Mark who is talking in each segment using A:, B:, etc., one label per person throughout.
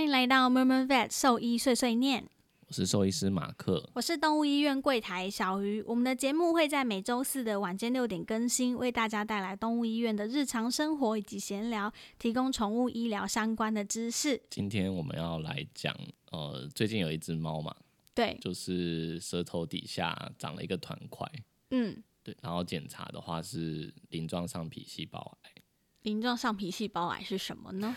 A: 迎来到 Murmur Vet 兽医碎碎念，
B: 我是兽医师马克。
A: 我是动物医院柜台小鱼。我们的节目会在每周四的晚间六点更新，为大家带来动物医院的日常生活以及闲聊，提供宠物医疗相关的知识。
B: 今天我们要来讲，呃，最近有一只猫嘛，
A: 对，
B: 就是舌头底下长了一个团块，
A: 嗯，
B: 对，然后检查的话是鳞状上皮细胞癌，
A: 鳞状上皮细胞癌是什么呢？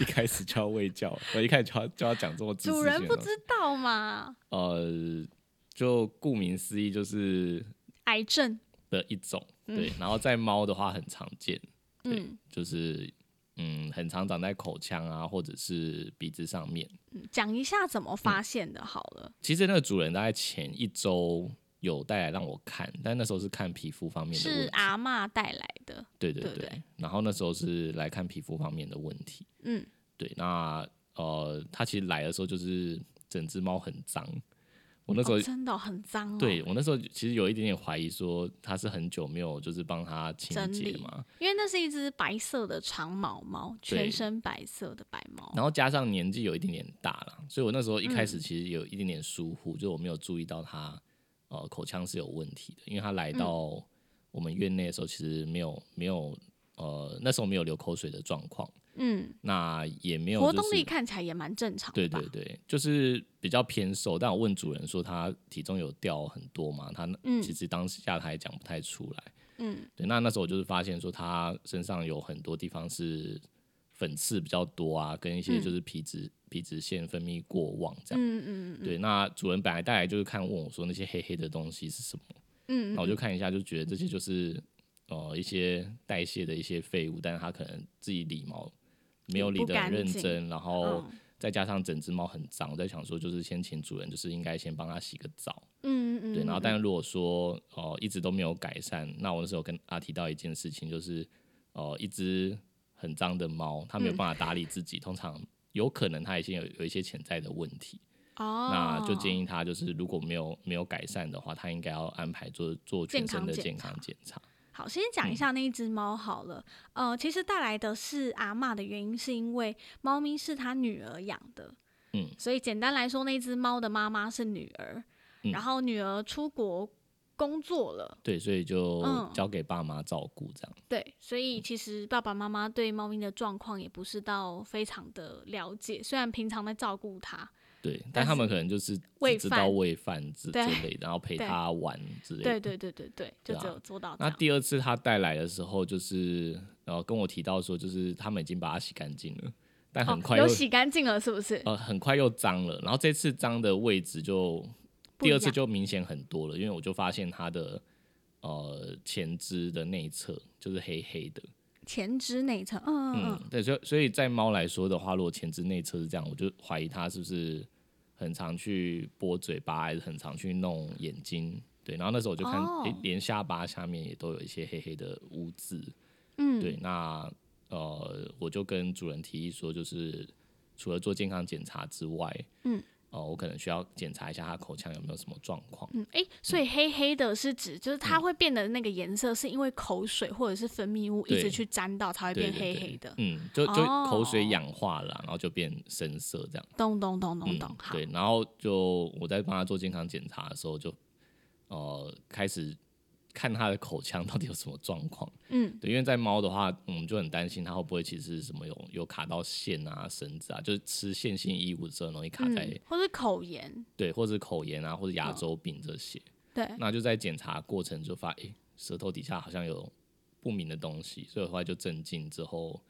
B: 一开始就要喂教，我一开始就要就要讲这么知识
A: 主
B: 性的
A: 人不
B: 东
A: 知
B: 西，
A: 道嘛？
B: 呃，就顾名思义就是
A: 癌症，
B: 的一种，对，然后在猫的话很常见，对
A: 嗯，
B: 就是嗯，很常长在口腔啊，或者是鼻子上面。
A: 嗯讲一下怎么发现的，好了。
B: 其实那个主人大概前一周有带来让我看，但那时候是看皮肤方面的问
A: 是
B: 题。
A: 阿嬷带来的，
B: 对对
A: 对不
B: 对
A: 对
B: 然后那时候是来看皮肤方面的问题。
A: 嗯，
B: 对，那呃，它其实来的时候就是整只猫很脏。我那时候、
A: 哦真的哦很脏、哦。
B: 对我那时候其实有一点点怀疑，说它是很久没有就是帮它清
A: 整
B: 洁
A: 理
B: 嘛，
A: 因为那是一只白色的长毛猫，
B: 对
A: 全身白色的白猫。
B: 然后加上年纪有一点点大了，所以我那时候一
A: 嗯
B: 开始其实有一点点疏忽，就我没有注意到它呃口腔是有问题的，因为它来
A: 嗯
B: 到我们院内的时候，其实没有没有呃那时候没有流口水的状况，
A: 嗯，
B: 那也没有、就
A: 活
B: 是、
A: 动力看起来也蛮正常
B: 对
A: 的吧？
B: 对对，就是比较偏瘦。但我问主人说他体重有掉很多嘛，他那
A: 嗯
B: 其实当下他也讲不太出来。
A: 嗯，
B: 对，那那时候我就是发现说他身上有很多地方是粉刺比较多啊，跟一些就是皮脂、皮脂腺分泌过旺这样。
A: 嗯嗯嗯
B: 对，那主人本来带来就是看问我说那些黑黑的东西是什么，
A: 嗯
B: 那我就看一下，就觉得这些就是呃一些代谢的一些废物，但是他可能自己理毛没有
A: 嗯
B: 理
A: 不
B: 得很
A: 干
B: 认
A: 净
B: 真，
A: 嗯
B: 然后再加上整只猫很脏，我在想说就是先请主人就是应该先帮它洗个澡，
A: 嗯嗯，
B: 对，然后
A: 嗯
B: 但是如果说哦、呃一直都没有改善，那我那时候跟他提到一件事情，就是哦、呃一只很脏的猫，它没有
A: 嗯
B: 办法打理自己，通常有可能它已经有有一些潜在的问题，
A: 哦，
B: 那就建议他就是如果没有没有改善的话，他应该要安排做做全身的
A: 健
B: 健
A: 康
B: 康检查。
A: 好，先讲
B: 嗯
A: 一下那一只猫好了。呃，其实带来的是阿嬷的原因，是因为猫咪是他女儿养的，
B: 嗯，
A: 所以简单来说，那只猫的妈妈是女儿，
B: 嗯
A: 然后女儿出国工作了，
B: 对，所以就
A: 嗯
B: 交给爸妈照顾这样。
A: 对，所以其实爸爸妈妈对猫咪的状况也不是到非常的了解，虽然平常在照顾它，
B: 对，
A: 但
B: 但
A: 是
B: 他们可能就是
A: 喂
B: 只知道
A: 饭
B: 喂饭之之
A: 对
B: 类的，然后陪
A: 对
B: 他玩之类的。
A: 对对对对对，就
B: 对啊
A: 只有做到这
B: 那
A: 样。哦
B: 第二次他带来的时候，就是呃跟我提到说，就是他们已经把它洗干净了，但很快
A: 哦、
B: 又、
A: 有洗干净了，是不是？
B: 呃很快又脏了。然后这次脏的位置就
A: 不一
B: 第
A: 样
B: 二次就明显很多了，因为我就发现它的呃前肢的内侧就是黑黑的，
A: 前肢内侧，嗯嗯
B: 嗯
A: 嗯，，
B: 对，所以所以在猫来说的话，如果前肢内侧是这样，我就怀疑它是不是很常去拨嘴巴，还是很常去弄眼睛。对，然后那时候我就看，
A: 哦
B: 诶连下巴下面也都有一些黑黑的污渍。
A: 嗯
B: 对，那呃，我就跟主人提议说，就是除了做健康检查之外，
A: 嗯，
B: 哦、我可能需要检查一下它口腔有没有什么状况。
A: 嗯，哎、所以黑黑的是指就是它
B: 嗯
A: 会变得那个颜色，是因为口水或者是分泌物一直
B: 对
A: 去沾到，才会
B: 对
A: 变
B: 对
A: 黑
B: 对，
A: 黑的。
B: 嗯，就就口水
A: 哦
B: 氧化了啊，然后就变深色这样。
A: 咚咚咚咚
B: 嗯，
A: 咚，哦好，
B: 对，然后就我在帮他做健康检查的时候就，呃开始看他的口腔到底有什么状况。
A: 嗯
B: 对，因为在猫的话，我们就很担心它会不会其实什么有有卡到线啊、绳子啊，就是吃线性衣物之后容易卡在、
A: 嗯，或是口炎，
B: 对，或者口炎啊，或者牙周病这些。
A: 对，
B: 那就在检查过程就发，诶、舌头底下好像有不明的东西，所以后来就镇静之后，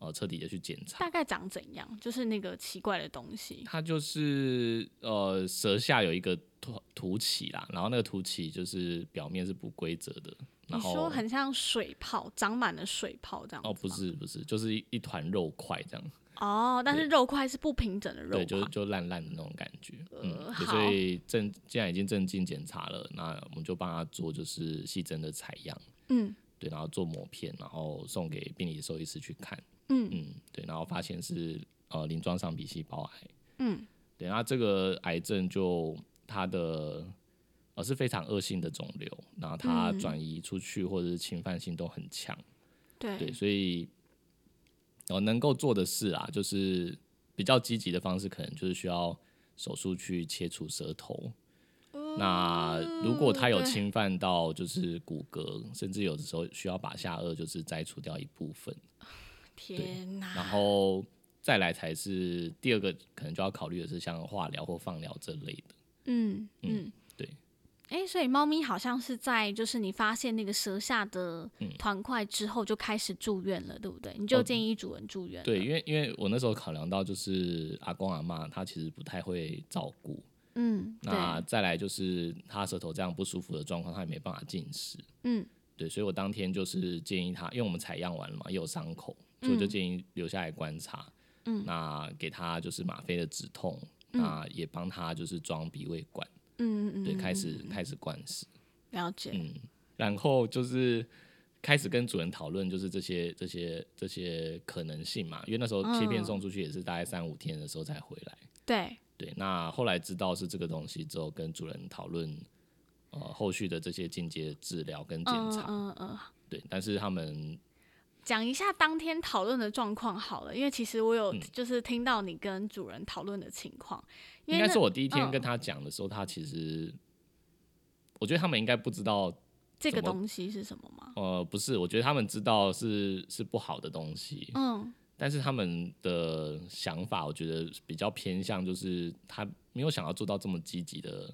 B: 呃，彻底的去检查。
A: 大概长怎样？就是那个奇怪的东西。
B: 它就是呃舌下有一个凸凸起啦，然后那个凸起就是表面是不规则的，然
A: 你
B: 后
A: 说很像水泡，长满了水泡这样子吗。
B: 哦不是不是，就是一一团肉块这样，
A: 哦，但是肉块是不平整的肉块。
B: 对，就就烂烂的那种感觉，
A: 呃
B: 嗯，对
A: 好
B: 所以正既然已经镇静检查了，那我们就帮他做就是细针的采样，
A: 嗯
B: 对，然后做抹片，然后送给病理兽医师去看，
A: 嗯
B: 嗯，对，然后发现是呃鳞状上皮细胞癌，
A: 嗯，
B: 对，那这个癌症就它的呃是非常恶性的肿瘤，然后它
A: 嗯
B: 转移出去或者是侵犯性都很强，
A: 对
B: 哦对，所以我、呃能够做的事啊，就是比较积极的方式，可能就是需要手术去切除舌头。那如果它有
A: 哦对
B: 侵犯到就是骨骼，甚至有的时候需要把下颚就是摘除掉一部分，
A: 天哪！
B: 然后再来才是第二个可能就要考虑的是像化疗或放疗这类的。
A: 嗯
B: 嗯
A: 嗯，
B: 对。
A: 哎，所以猫咪好像是在就是你发现那个舌下的
B: 嗯
A: 团块之后就开始住院了，对不对？你就
B: 哦
A: 建议主人住院了。
B: 对，因为因为我那时候考量到就是阿公阿妈他其实不太会照顾，
A: 嗯，对，
B: 那再来就是他舌头这样不舒服的状况，他也没办法进食。
A: 嗯，
B: 对，所以我当天就是建议他，因为我们采样完了嘛，也有伤口，所以我就建议留下来观察。嗯，那给他就是吗啡的止痛，那也帮他就是装鼻胃管，
A: 嗯嗯嗯，
B: 对，开始开始灌食。
A: 了解。
B: 嗯，然后就是开始跟主人讨论，就是这些这些这些可能性嘛，因为那时候切
A: 嗯
B: 片送出去也是大概三五天的时候才回来。
A: 对，
B: 对，那后来知道是这个东西之后，跟主人讨论呃后续的这些进阶治疗跟检
A: 嗯
B: 查。
A: 嗯嗯，
B: 对，但是他们
A: 讲一下当天讨论的状况好了，因为其实我
B: 嗯
A: 有就是听到你跟主人讨论的情况，因
B: 应
A: 为
B: 该是
A: 那
B: 我第一天
A: 嗯
B: 跟他讲的时候，他其实我觉得他们应该不知道，
A: 这个
B: 怎么
A: 东西是什么吗？
B: 呃，不是，我觉得他们知道是是不好的东西，
A: 嗯，
B: 但是他们的想法，我觉得比较偏向就是他没有想要做到这么积极的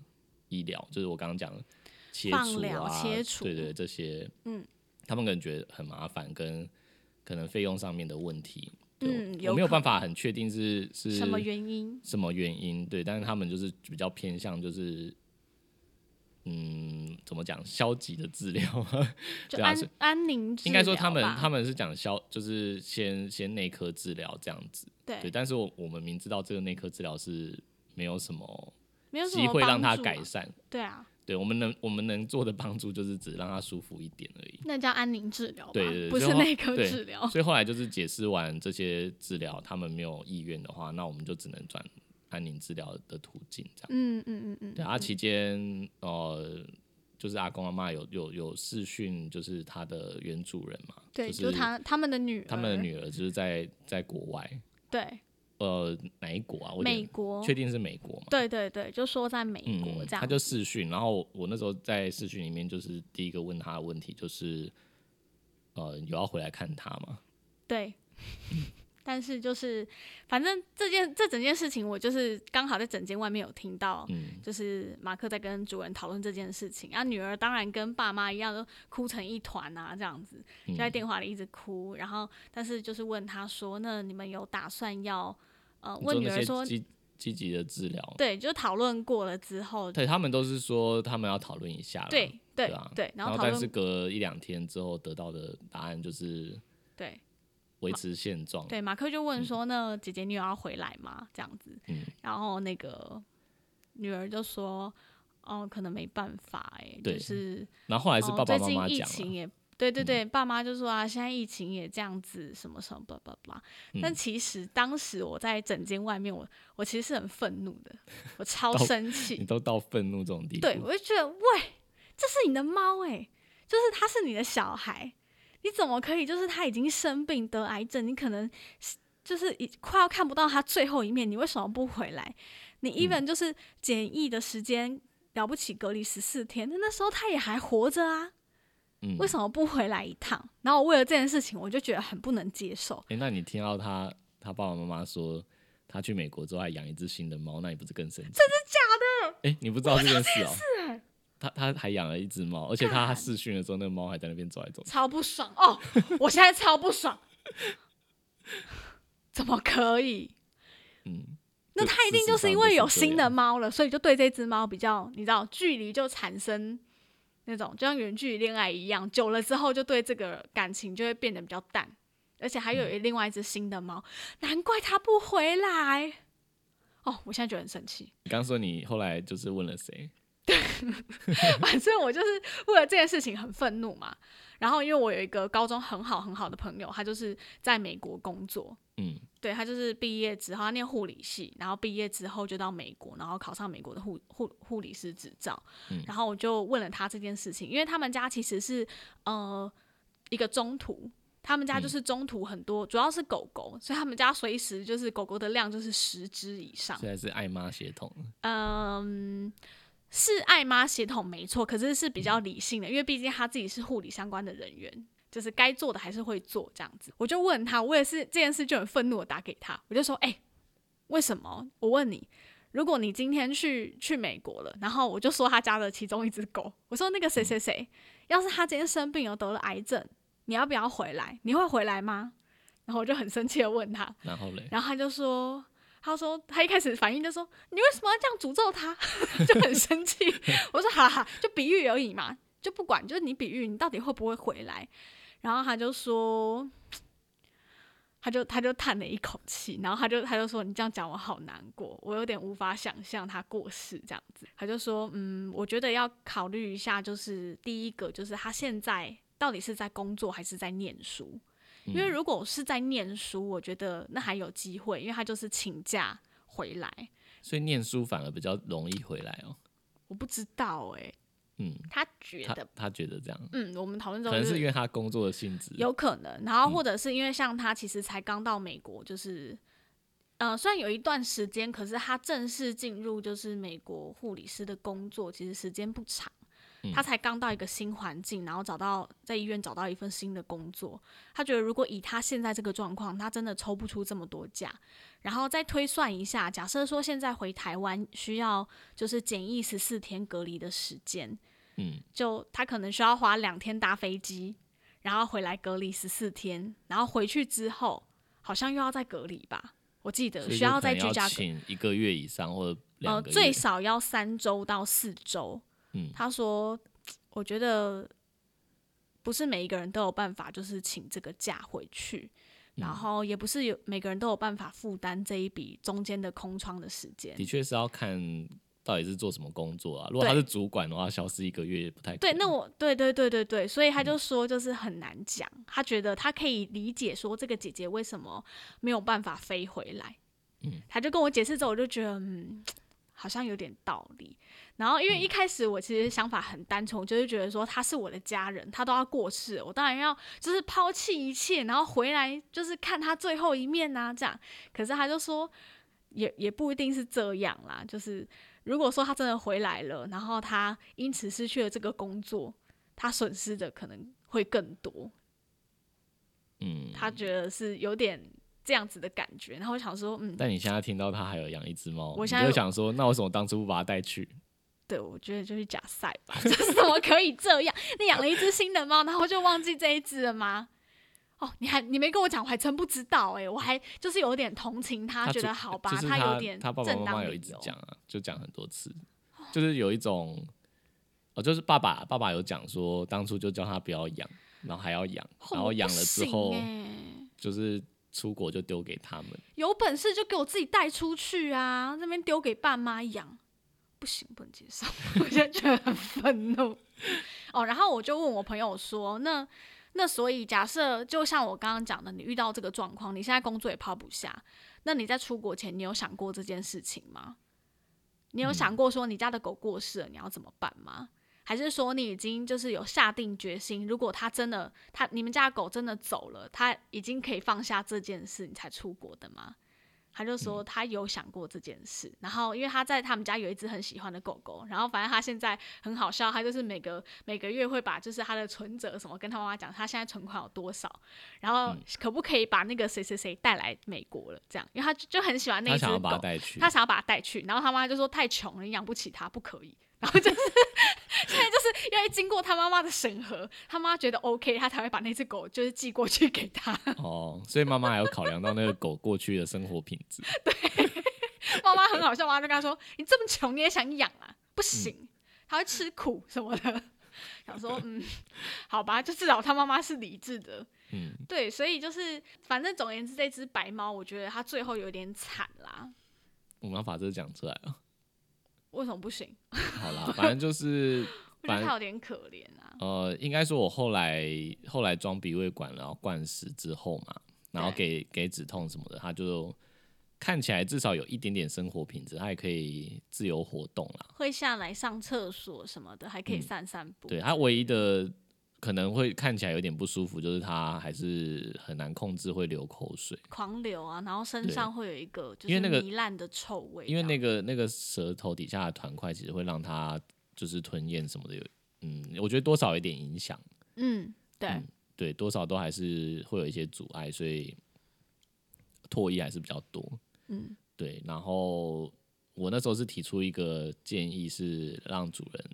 B: 医疗，就是我刚刚讲的切
A: 放
B: 除
A: 疗
B: 啊，
A: 切除
B: 对对这些，
A: 嗯，
B: 他们可能觉得很麻烦，跟可能费用上面的问题，对
A: 嗯
B: 我
A: 有
B: 我没有
A: 可
B: 办法很确定是是
A: 什么原因？
B: 什么原因，对，但是他们就是比较偏向就是。嗯，怎么讲？消极的治疗，
A: 就
B: 对啊
A: 安
B: 是
A: 安宁治
B: 应该说
A: 疗
B: 他们
A: 吧
B: 他们是讲消，就是先先内科治疗这样子。对，
A: 对
B: 但是我我们明知道这个内科治疗是没有什么
A: 没有什
B: 机
A: 么
B: 会让他
A: 帮助啊
B: 改善，
A: 对啊，
B: 对我们能我们能做的帮助就是只让他舒服一点而已。
A: 那叫安宁治疗吧，
B: 对对对
A: 不
B: 最
A: 是
B: 后
A: 内科
B: 对
A: 治疗。
B: 所以后来就是解释完这些治疗，他们没有意愿的话，那我们就只能转安宁治疗的途径这样。
A: 嗯嗯嗯嗯，
B: 对啊，期间呃，就是阿公阿妈有有有视讯，就是他的原主人嘛，
A: 对，
B: 就是
A: 就他他们的女儿，
B: 他们的女儿就是在在国外，
A: 对
B: 呃，哪一国啊？我有点
A: 美国
B: 确，定是美国嘛？
A: 对对对，就说在美国
B: 嗯，
A: 这
B: 他
A: 样，
B: 就视讯，然后我那时候在视讯里面，就是第一个问他的问题就是，呃，有要回来看他吗？
A: 对。 但是就是，反正这件这整件事情，我就是刚好在整间外面有听到，
B: 嗯，
A: 就是马克在跟主人讨论这件事情啊，女儿当然跟爸妈一样都哭成一团啊，这样子就在
B: 嗯
A: 电话里一直哭，然后但是就是问他说，那你们有打算要呃
B: 你做
A: 问女
B: 那
A: 儿
B: 些
A: 说，
B: 积积极的治疗，
A: 对，就讨论过了之后，
B: 对他们都是说他们要讨论一下啦，
A: 对对
B: 啊，
A: 对，
B: 然
A: 后讨
B: 但是
A: 论
B: 隔一两天之后得到的答案就是
A: 对
B: 维持现状，
A: 对，马克就问说，那姐姐你有要回来吗？这样子，
B: 嗯
A: 然后那个女儿就说，哦，可能没办法、欸，就
B: 对
A: 是
B: 然后后来是
A: 哦
B: 爸爸妈
A: 最
B: 妈
A: 近疫
B: 讲啊嗯
A: 情
B: 了，
A: 也对对对，爸妈就说啊，现在疫情也这样子，什么什么吧吧吧。但
B: 嗯
A: 其实当时我在整间外面，我我其实是很愤怒的，我超生
B: 你
A: 气，
B: 都到愤怒这种地步，
A: 对我就觉得喂，这是你的猫哎、就是它是你的小孩，你怎么可以？就是它已经生病得癌症，你可能是就是已快要看不到它最后一面，你为什么不回来？你
B: 嗯
A: even 就是检疫的时间。了不起，隔离十四天，那那时候它也还活着啊，
B: 嗯，
A: 为什么不回来一趟？然后我为了这件事情，我就觉得很不能接受。
B: 哎、那你听到他他爸爸妈妈说他去美国之后还养一只新的猫，那你不是更生气？真的假的？哎、你不知道这件事哦、
A: 哎
B: 他他还养了一只猫，而且他试训的时候，那个猫还在那边走来走去。
A: 超不爽哦！我现在超不 爽，怎么可以？
B: 嗯，
A: 那
B: 对
A: 他一定
B: 事实
A: 就是
B: 上
A: 因为有
B: 就是这
A: 新的
B: 样
A: 猫了，所以就对这只猫比较，你知道，距离就产生那种，就像远距离恋爱一样，久了之后就对这个感情就会变得比较淡。而且还有另外一只新的猫，难怪它不回来。哦，我现在觉得很生气。
B: 你刚说你后来就是问了谁？
A: 反正我就是为了这件事情很愤怒嘛。然后因为我有一个高中很好很好的朋友，他就是在美国工作，
B: 嗯
A: 对他就是毕业之后他念护理系，然后毕业之后就到美国，然后考上美国的护护护理师执照。
B: 嗯
A: 然后我就问了他这件事情，因为他们家其实是呃一个中途。他们家就是中途很多，主要是狗狗，所以他们家随时就是狗狗的量就是十只以上。
B: 现在是爱妈血统，
A: 嗯，是爱妈血统没错，可是是比较理性的，因为毕竟他自己是护理相关的人员，就是该做的还是会做这样子。我就问他，我也是这件事就很愤怒的打给他，我就说，哎、为什么？我问你。如果你今天去去美国了，然后我就说他家的其中一只狗，我说那个谁谁谁，要是他今天生病了得了癌症，你要不要回来？你会回来吗？然后我就很生气的问他，
B: 然后嘞，
A: 然后他就说，他说他一开始反应就说，你为什么要这样诅咒他？ 就很生气。我说哈哈，就比喻而已嘛，就不管，就是你比喻，你到底会不会回来？然后他就说，他就他就叹了一口气，然后他就他就说，你这样讲我好难过，我有点无法想象他过世这样子。他就说，嗯，我觉得要考虑一下，就是第一个就是他现在到底是在工作还是在念书。因为
B: 嗯
A: 如果是在念书，我觉得那还有机会，因为他就是请假回来。
B: 所以念书反而比较容易回来哦。
A: 我不知道诶、
B: 嗯，
A: 他觉
B: 他
A: 得，
B: 他觉得这样，
A: 嗯，我们讨论
B: 可
A: 中
B: 能
A: 就是
B: 因为他工作的性质，
A: 有可能，然后或者是因为像他其实才刚到美国，就是，呃，虽然有一段时间，可是他正式进入就是美国护理师的工作，其实时间不长
B: 嗯。
A: 他才刚到一个新环境，然后找到在医院找到一份新的工作。他觉得如果以他现在这个状况，他真的抽不出这么多假。然后再推算一下，假设说现在回台湾需要就是检疫十四天隔离的时间，
B: 嗯，
A: 就他可能需要花两天搭飞机，然后回来隔离十四天，然后回去之后好像又要再隔离吧？我记得
B: 所以
A: 需
B: 就可
A: 再
B: 能
A: 居家隔，
B: 请一个月以上或者
A: 呃，
B: 两个月，
A: 最少要三周到四周。
B: 嗯
A: 他说，我觉得不是每一个人都有办法，就是请这个假回去。然
B: 嗯
A: 后也不是有每个人都有办法负担这一笔中间的空窗的时间，
B: 的确是要看到底是做什么工作啊。如果他
A: 对
B: 是主管的话，消失一个月也不太可嗯
A: 对，
B: 能
A: 那我对对对对对，所以他就说就是很难讲，他觉得他可以理解说这个姐姐为什么没有办法飞回来，
B: 嗯，
A: 他就跟我解释之后，我就觉得嗯，好像有点道理。然后因
B: 嗯
A: 为一开始我其实想法很单纯，我就是觉得说他是我的家人，他都要过世了，我当然要就是抛弃一切，然后回来就是看他最后一面呐、这样。可是他就说也也不一定是这样啦，就是如果说他真的回来了，然后他因此失去了这个工作，他损失的可能会更多。
B: 嗯，
A: 他觉得是有点这样子的感觉，然后我想说，嗯，
B: 但你现在听到他还有养一只猫，
A: 我
B: 你
A: 现在
B: 就想说，那为什么当初不把它带去？
A: 对，我觉得就是假赛吧， 就是怎么可以这样？你养了一只新的猫，然后就忘记这一只了吗？哦，你还你没跟我讲，我还真不知道哎、我还就是有点同情他，
B: 他
A: 觉
B: 主
A: 得好吧，
B: 就是
A: 有点
B: 他爸爸
A: 正
B: 妈妈
A: 当
B: 有一
A: 理
B: 直
A: 由。
B: 讲啊，就讲很多次，就是有一种，哦，就是爸爸爸爸有讲说，当初就叫他不要养，然后还要养，
A: 哦
B: 然后养了之后
A: 我不行欸
B: 就是出国就丢给他们，
A: 有本事就给我自己带出去啊，那边丢给爸妈养，不行，不能接受， 我现在觉得很愤怒。哦，然后我就问我朋友说，那那所以假设就像我刚刚讲的，你遇到这个状况，你现在工作也抛不下，那你在出国前，你有想过这件事情吗？你有
B: 嗯
A: 想过说你家的狗过世了，你要怎么办吗？还是说你已经就是有下定决心，如果它真的它你们家的狗真的走了，它已经可以放下这件事，你才出国的吗？他就
B: 嗯
A: 说他有想过这件事，然后因为他在他们家有一只很喜欢的狗狗，然后反正他现在很好笑，他就是每个每个月会把就是他的存折什么跟他妈妈讲，他现在存款有多少，然
B: 嗯
A: 后可不可以把那个谁谁谁带来美国了这样，因为他就就很喜欢那
B: 他
A: 只
B: 想要
A: 狗
B: 把，它 带去，
A: 他想要把它带去，然后他妈就说太穷了，你养不起它，不可以。 然后就是现在就是因为经过他妈妈的审核，他妈觉得 OK，他才会把那只狗就是寄过去给他。
B: 哦，所以妈妈还有考量到那个狗过去的生活品质，
A: 妈妈很好笑，妈妈就跟他说：“你这么穷你也想养啊？不
B: 嗯
A: 行，他会吃苦什么的。” 想说，嗯，好吧，就至少他妈妈是理智的。
B: 嗯，
A: 对，所以就是，反正总而言之，这只白猫，我觉得它最后有点惨啦。
B: 我们要把这讲出来了。
A: 为什么不行？
B: 好啦，反正就是
A: 我觉
B: 反
A: 得它有点可怜啊。
B: 呃，应该说我后来后来装鼻胃管，然后灌食之后嘛，然后给给止痛什么的，它就看起来至少有一点点生活品质，它也可以自由活动啦。
A: 会下来上厕所什么的，还可以
B: 嗯
A: 散散步。
B: 对，它唯一的可能会看起来有点不舒服，就是它还是很难控制会流口水，
A: 狂流啊，然后身
B: 对
A: 上会有一个就
B: 因
A: 是
B: 为那个
A: 糜烂的臭味这
B: 因为
A: 样，
B: 那个那个舌头底下的团块其实会让它就是吞咽什么的有，嗯，我觉得多少有点影响，
A: 嗯，对，
B: 嗯对，多少都还是会有一些阻碍，所以唾液还是比较多。
A: 嗯
B: 对，然后我那时候是提出一个建议，是让主人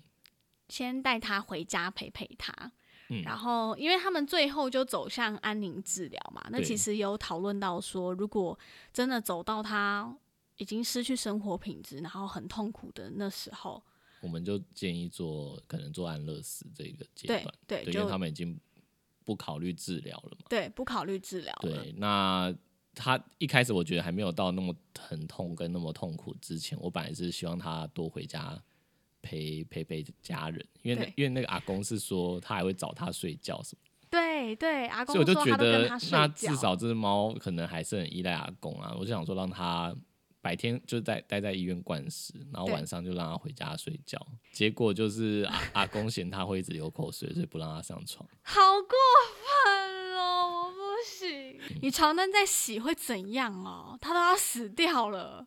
A: 先带他回家陪陪他。
B: 嗯
A: 然后，因为他们最后就走向安宁治疗嘛，那
B: 对
A: 其实有讨论到说，如果真的走到他已经失去生活品质，然后很痛苦的那时候，
B: 我们就建议做可能做安乐死这个阶
A: 对
B: 段，
A: 对，
B: 因为
A: 就
B: 他们已经不考虑治疗了嘛。
A: 对不考虑治疗了，
B: 对，那他一开始我觉得还没有到那么疼痛跟那么痛苦之前，我本来是希望他多回家陪陪陪家人，因为那
A: 对
B: 因为那个阿公是说他还会找他睡觉什么，
A: 对对，阿公
B: 所以我就
A: 说
B: 觉
A: 他都跟
B: 得
A: 他睡
B: 那
A: 觉，
B: 至少这只猫可能还是很依赖阿公啊，我就想说让它。白天就在待在医院灌食，然后
A: 对
B: 晚上就让它回家睡觉。结果就是阿 阿公嫌它会一直流口水，所以不让它上床。
A: 好过分哦，我不行。你床单再洗会怎样哦？它都要死掉了，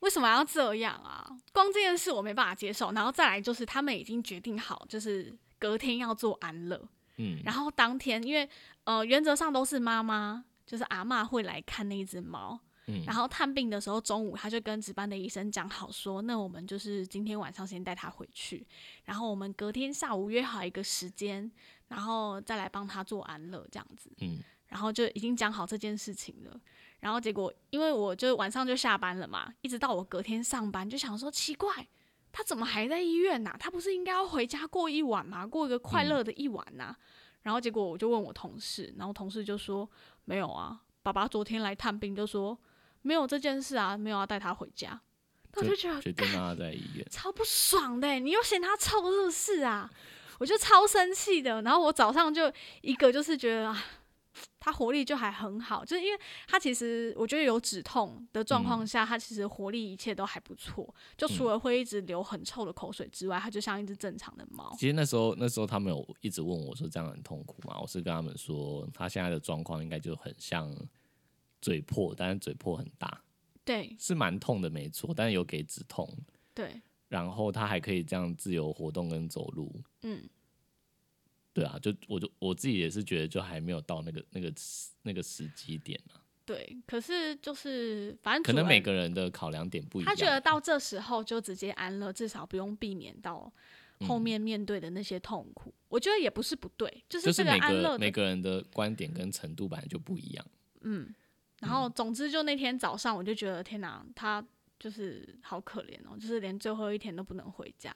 A: 为什么要这样啊？光这件事我没办法接受。然后再来就是他们已经决定好，就是隔天要做安乐，
B: 嗯，
A: 然后当天因为呃原则上都是妈妈。就是阿嬷会来看那一只猫，
B: 嗯
A: 然后探病的时候，中午他就跟值班的医生讲好说，那我们就是今天晚上先带他回去，然后我们隔天下午约好一个时间，然后再来帮他做安乐这样子。
B: 嗯，
A: 然后就已经讲好这件事情了。然后结果，因为我就晚上就下班了嘛，一直到我隔天上班，就想说奇怪，他怎么还在医院呐、他不是应该要回家过一晚吗？过一个快乐的一晚呐、然后结果我就问我同事，然后同事就说没有啊，爸爸昨天来探病就说没有这件事啊，没有要带他回家。那我就觉得
B: 决定让它在医院。
A: 超不爽的欸，你又嫌他臭是不是啊？我就超生气的。然后我早上就一个就是觉得啊，他活力就还很好，就是因为他其实我觉得有止痛的状况
B: 嗯
A: 下，他其实活力一切都还不错，就除了会一直流很臭的口水之外，他就像一只正常的猫。
B: 其实那时候那时候他们有一直问我说这样很痛苦嘛，我是跟他们说他现在的状况应该就很像嘴破，但是嘴破很大，
A: 对
B: 是蛮痛的没错，但是有给止痛，
A: 对，
B: 然后他还可以这样自由活动跟走路。
A: 嗯，
B: 对啊，就我就我自己也是觉得就还没有到那个那个时那个时机点啊，
A: 对。可是就是反正
B: 可
A: 主
B: 能
A: 人
B: 每个人的考量点不一样。嗯
A: 他觉得到这时候就直接安乐，至少不用避免到
B: 嗯
A: 后面面对的那些痛苦。我觉得也不是不对，就
B: 就是
A: 这
B: 每
A: 安乐
B: 个
A: 的。
B: 每个人的观点跟程度本来就不一样。嗯
A: 然后总之就那天早上我就觉得天哪，他就是好可怜哦，就是连最后一天都不能回家。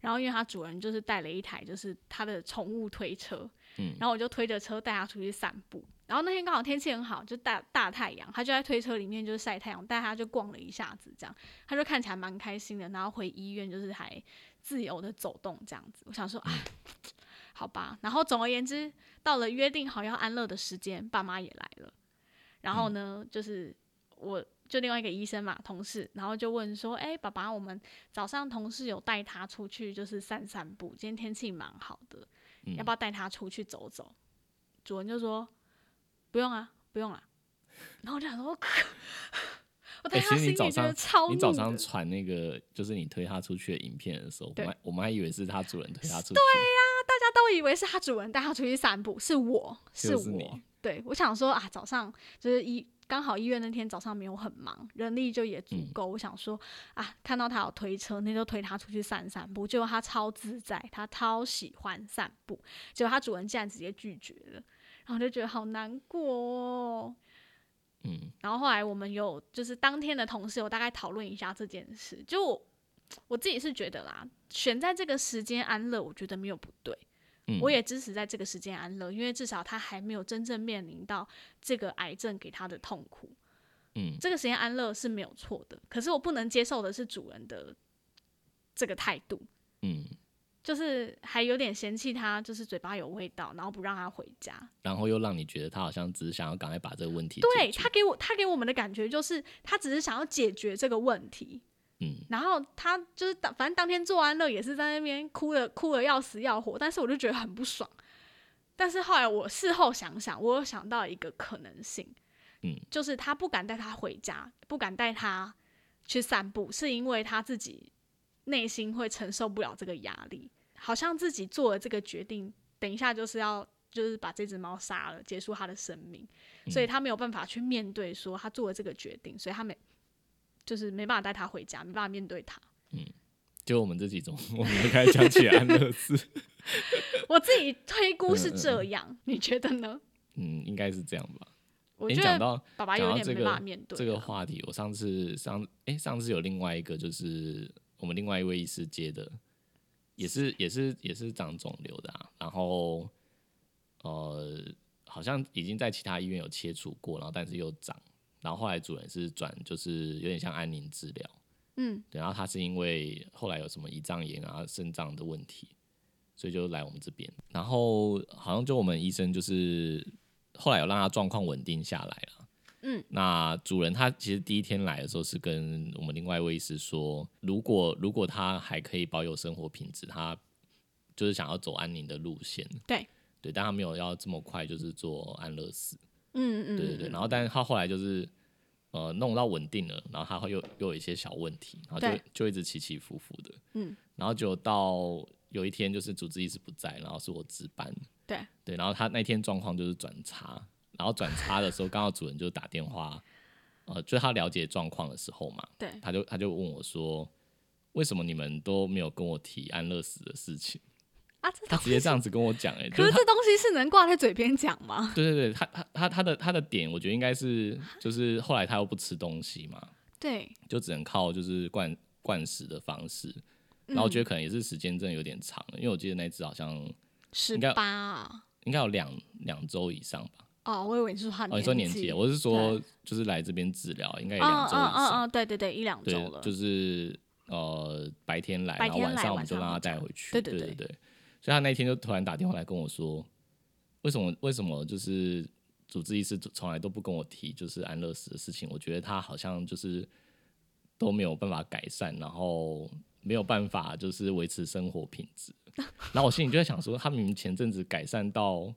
A: 然后因为他主人就是带了一台就是他的宠物推车，
B: 嗯
A: 然后我就推着车带他出去散步。然后那天刚好天气很好，就大大太阳，他就在推车里面就是晒太阳，带他就逛了一下子，这样他就看起来蛮开心的。然后回医院就是还自由的走动这样子，我想说啊，
B: 嗯
A: 好吧。然后总而言之，到了约定好要安乐的时间，爸妈也来了。然
B: 嗯
A: 后呢，就是我就另外一个医生嘛，同事，然后就问说：“哎、爸爸，我们早上同事有带他出去，就是散散步，今天天气蛮好的，
B: 嗯
A: 要不要带他出去走走？”主人就说：“不用啊，不用啦。”然后我就想说， 我当
B: 哎
A: 下
B: 其实
A: 心
B: 你
A: 里
B: 早
A: 觉得
B: 上
A: 超怒的。
B: 你早上传那个就是你推它出去的影片的时候，我
A: 嗯对啊
B: 们还我们还以为是它主人推它出去。
A: 大家都以为是他主人带他出去散步，是我，是
B: 就是
A: 我
B: 你。
A: 对，我想说啊，早上就是医刚好医院那天早上没有很忙，人力就也足
B: 嗯
A: 够。我想说啊，看到他有推车，那就推他出去散散步。结果他超自在，他超喜欢散步。结果他主人竟然直接拒绝了，然后我就觉得好难过哦。
B: 嗯，
A: 然后后来我们有就是当天的同事有大概讨论一下这件事，就我我自己是觉得啦，选在这个时间安乐，我觉得没有不对，
B: 嗯
A: 我也支持在这个时间安乐，因为至少他还没有真正面临到这个癌症给他的痛苦，
B: 嗯
A: 这个时间安乐是没有错的，可是我不能接受的是主人的这个态度，
B: 嗯，
A: 就是还有点嫌弃他，就是嘴巴有味道，然后不让他回家，
B: 然后又让你觉得他好像只是想要赶快把这个问题
A: 对
B: 解决
A: 他给我他给我们的感觉就是他只是想要解决这个问题，
B: 嗯，
A: 然后他就是当反正当天做安乐也是在那边哭的哭的要死要活，但是我就觉得很不爽，但是后来我事后想想，我有想到一个可能性，
B: 嗯，
A: 就是他不敢带他回家，不敢带他去散步，是因为他自己内心会承受不了这个压力，好像自己做了这个决定，等一下就是要就是把这只猫杀了，结束它的生命，
B: 嗯
A: 所以他没有办法去面对说他做了这个决定，所以他没就是没办法带他回家，没办法面对他。
B: 就我们这几种，我们就开始讲起安乐死。
A: 我自己推估是这样，你觉得呢？
B: 嗯，应该是这样吧。
A: 我
B: 诶
A: 觉
B: 讲
A: 得
B: 到
A: 爸爸
B: 讲
A: 有
B: 到
A: 点
B: 这
A: 没办
B: 个
A: 法面对
B: 这个
A: 啊
B: 话题，我上次上哎、上次有另外一个就是我们另外一位医师接的，也是也是也是长肿瘤的、啊，然后呃好像已经在其他医院有切除过，然后但是又长，然后后来主人是转就是有点像安宁治疗，
A: 嗯，
B: 对然后他是因为后来有什么胰脏炎啊、肾脏的问题，所以就来我们这边。然后好像就我们医生就是后来有让他状况稳定下来了。
A: 嗯，
B: 那主人他其实第一天来的时候是跟我们另外一位医师说，如果如果他还可以保有生活品质，他就是想要走安宁的路线。
A: 对
B: 对，但他没有要这么快就是做安乐死。
A: 嗯嗯，
B: 对对对，然后但是他后来就是呃弄到稳定了，然后他会又又有一些小问题，然后就
A: 对
B: 就一直起起伏伏的，
A: 嗯，
B: 然后就到有一天就是主治医师不在，然后是我值班，
A: 对
B: 对，然后他那天状况就是转差，然后转差的时候刚好主人就打电话，呃，就是他了解状况的时候嘛，
A: 对，
B: 他就他就问我说。为什么你们都没有跟我提安乐死的事情？
A: 啊，这
B: 他
A: 东
B: 直接
A: 西
B: 这样子跟我 讲、欸，哎，就
A: 可
B: 是
A: 是
B: 他
A: 这东西是能挂在嘴边讲吗？
B: 对对对，他他他他的他的点，我觉得应该是就是后来他又不吃东西嘛，
A: 对，
B: 就只能靠就是灌灌食的方式。然后我
A: 嗯
B: 觉得可能也是时间真的有点长了，因为我记得那只好像
A: 十
B: 应该
A: 八啊，
B: 应该有两两周以上吧。
A: 哦，我以为你是说他
B: 哦，你说年纪，
A: 纪，
B: 我是说就是来这边治疗，应该有
A: 嗯
B: 两周以
A: 嗯嗯
B: 上。
A: 嗯，对对对，一两周
B: 对，
A: 了，
B: 就是呃白天来，
A: 白
B: 然后
A: 天
B: 晚
A: 来
B: 上我
A: 晚
B: 们就
A: 上
B: 让
A: 我
B: 他
A: 们
B: 带
A: 就
B: 回去。
A: 对对
B: 对对。所以他那一天就突然打电话来跟我说，为什么为什么就是主治医师从来都不跟我提就是安乐死的事情？我觉得他好像就是都没有办法改善，然后没有办法就是维持生活品 质。然后我心里就在想说，他明明前阵子改善到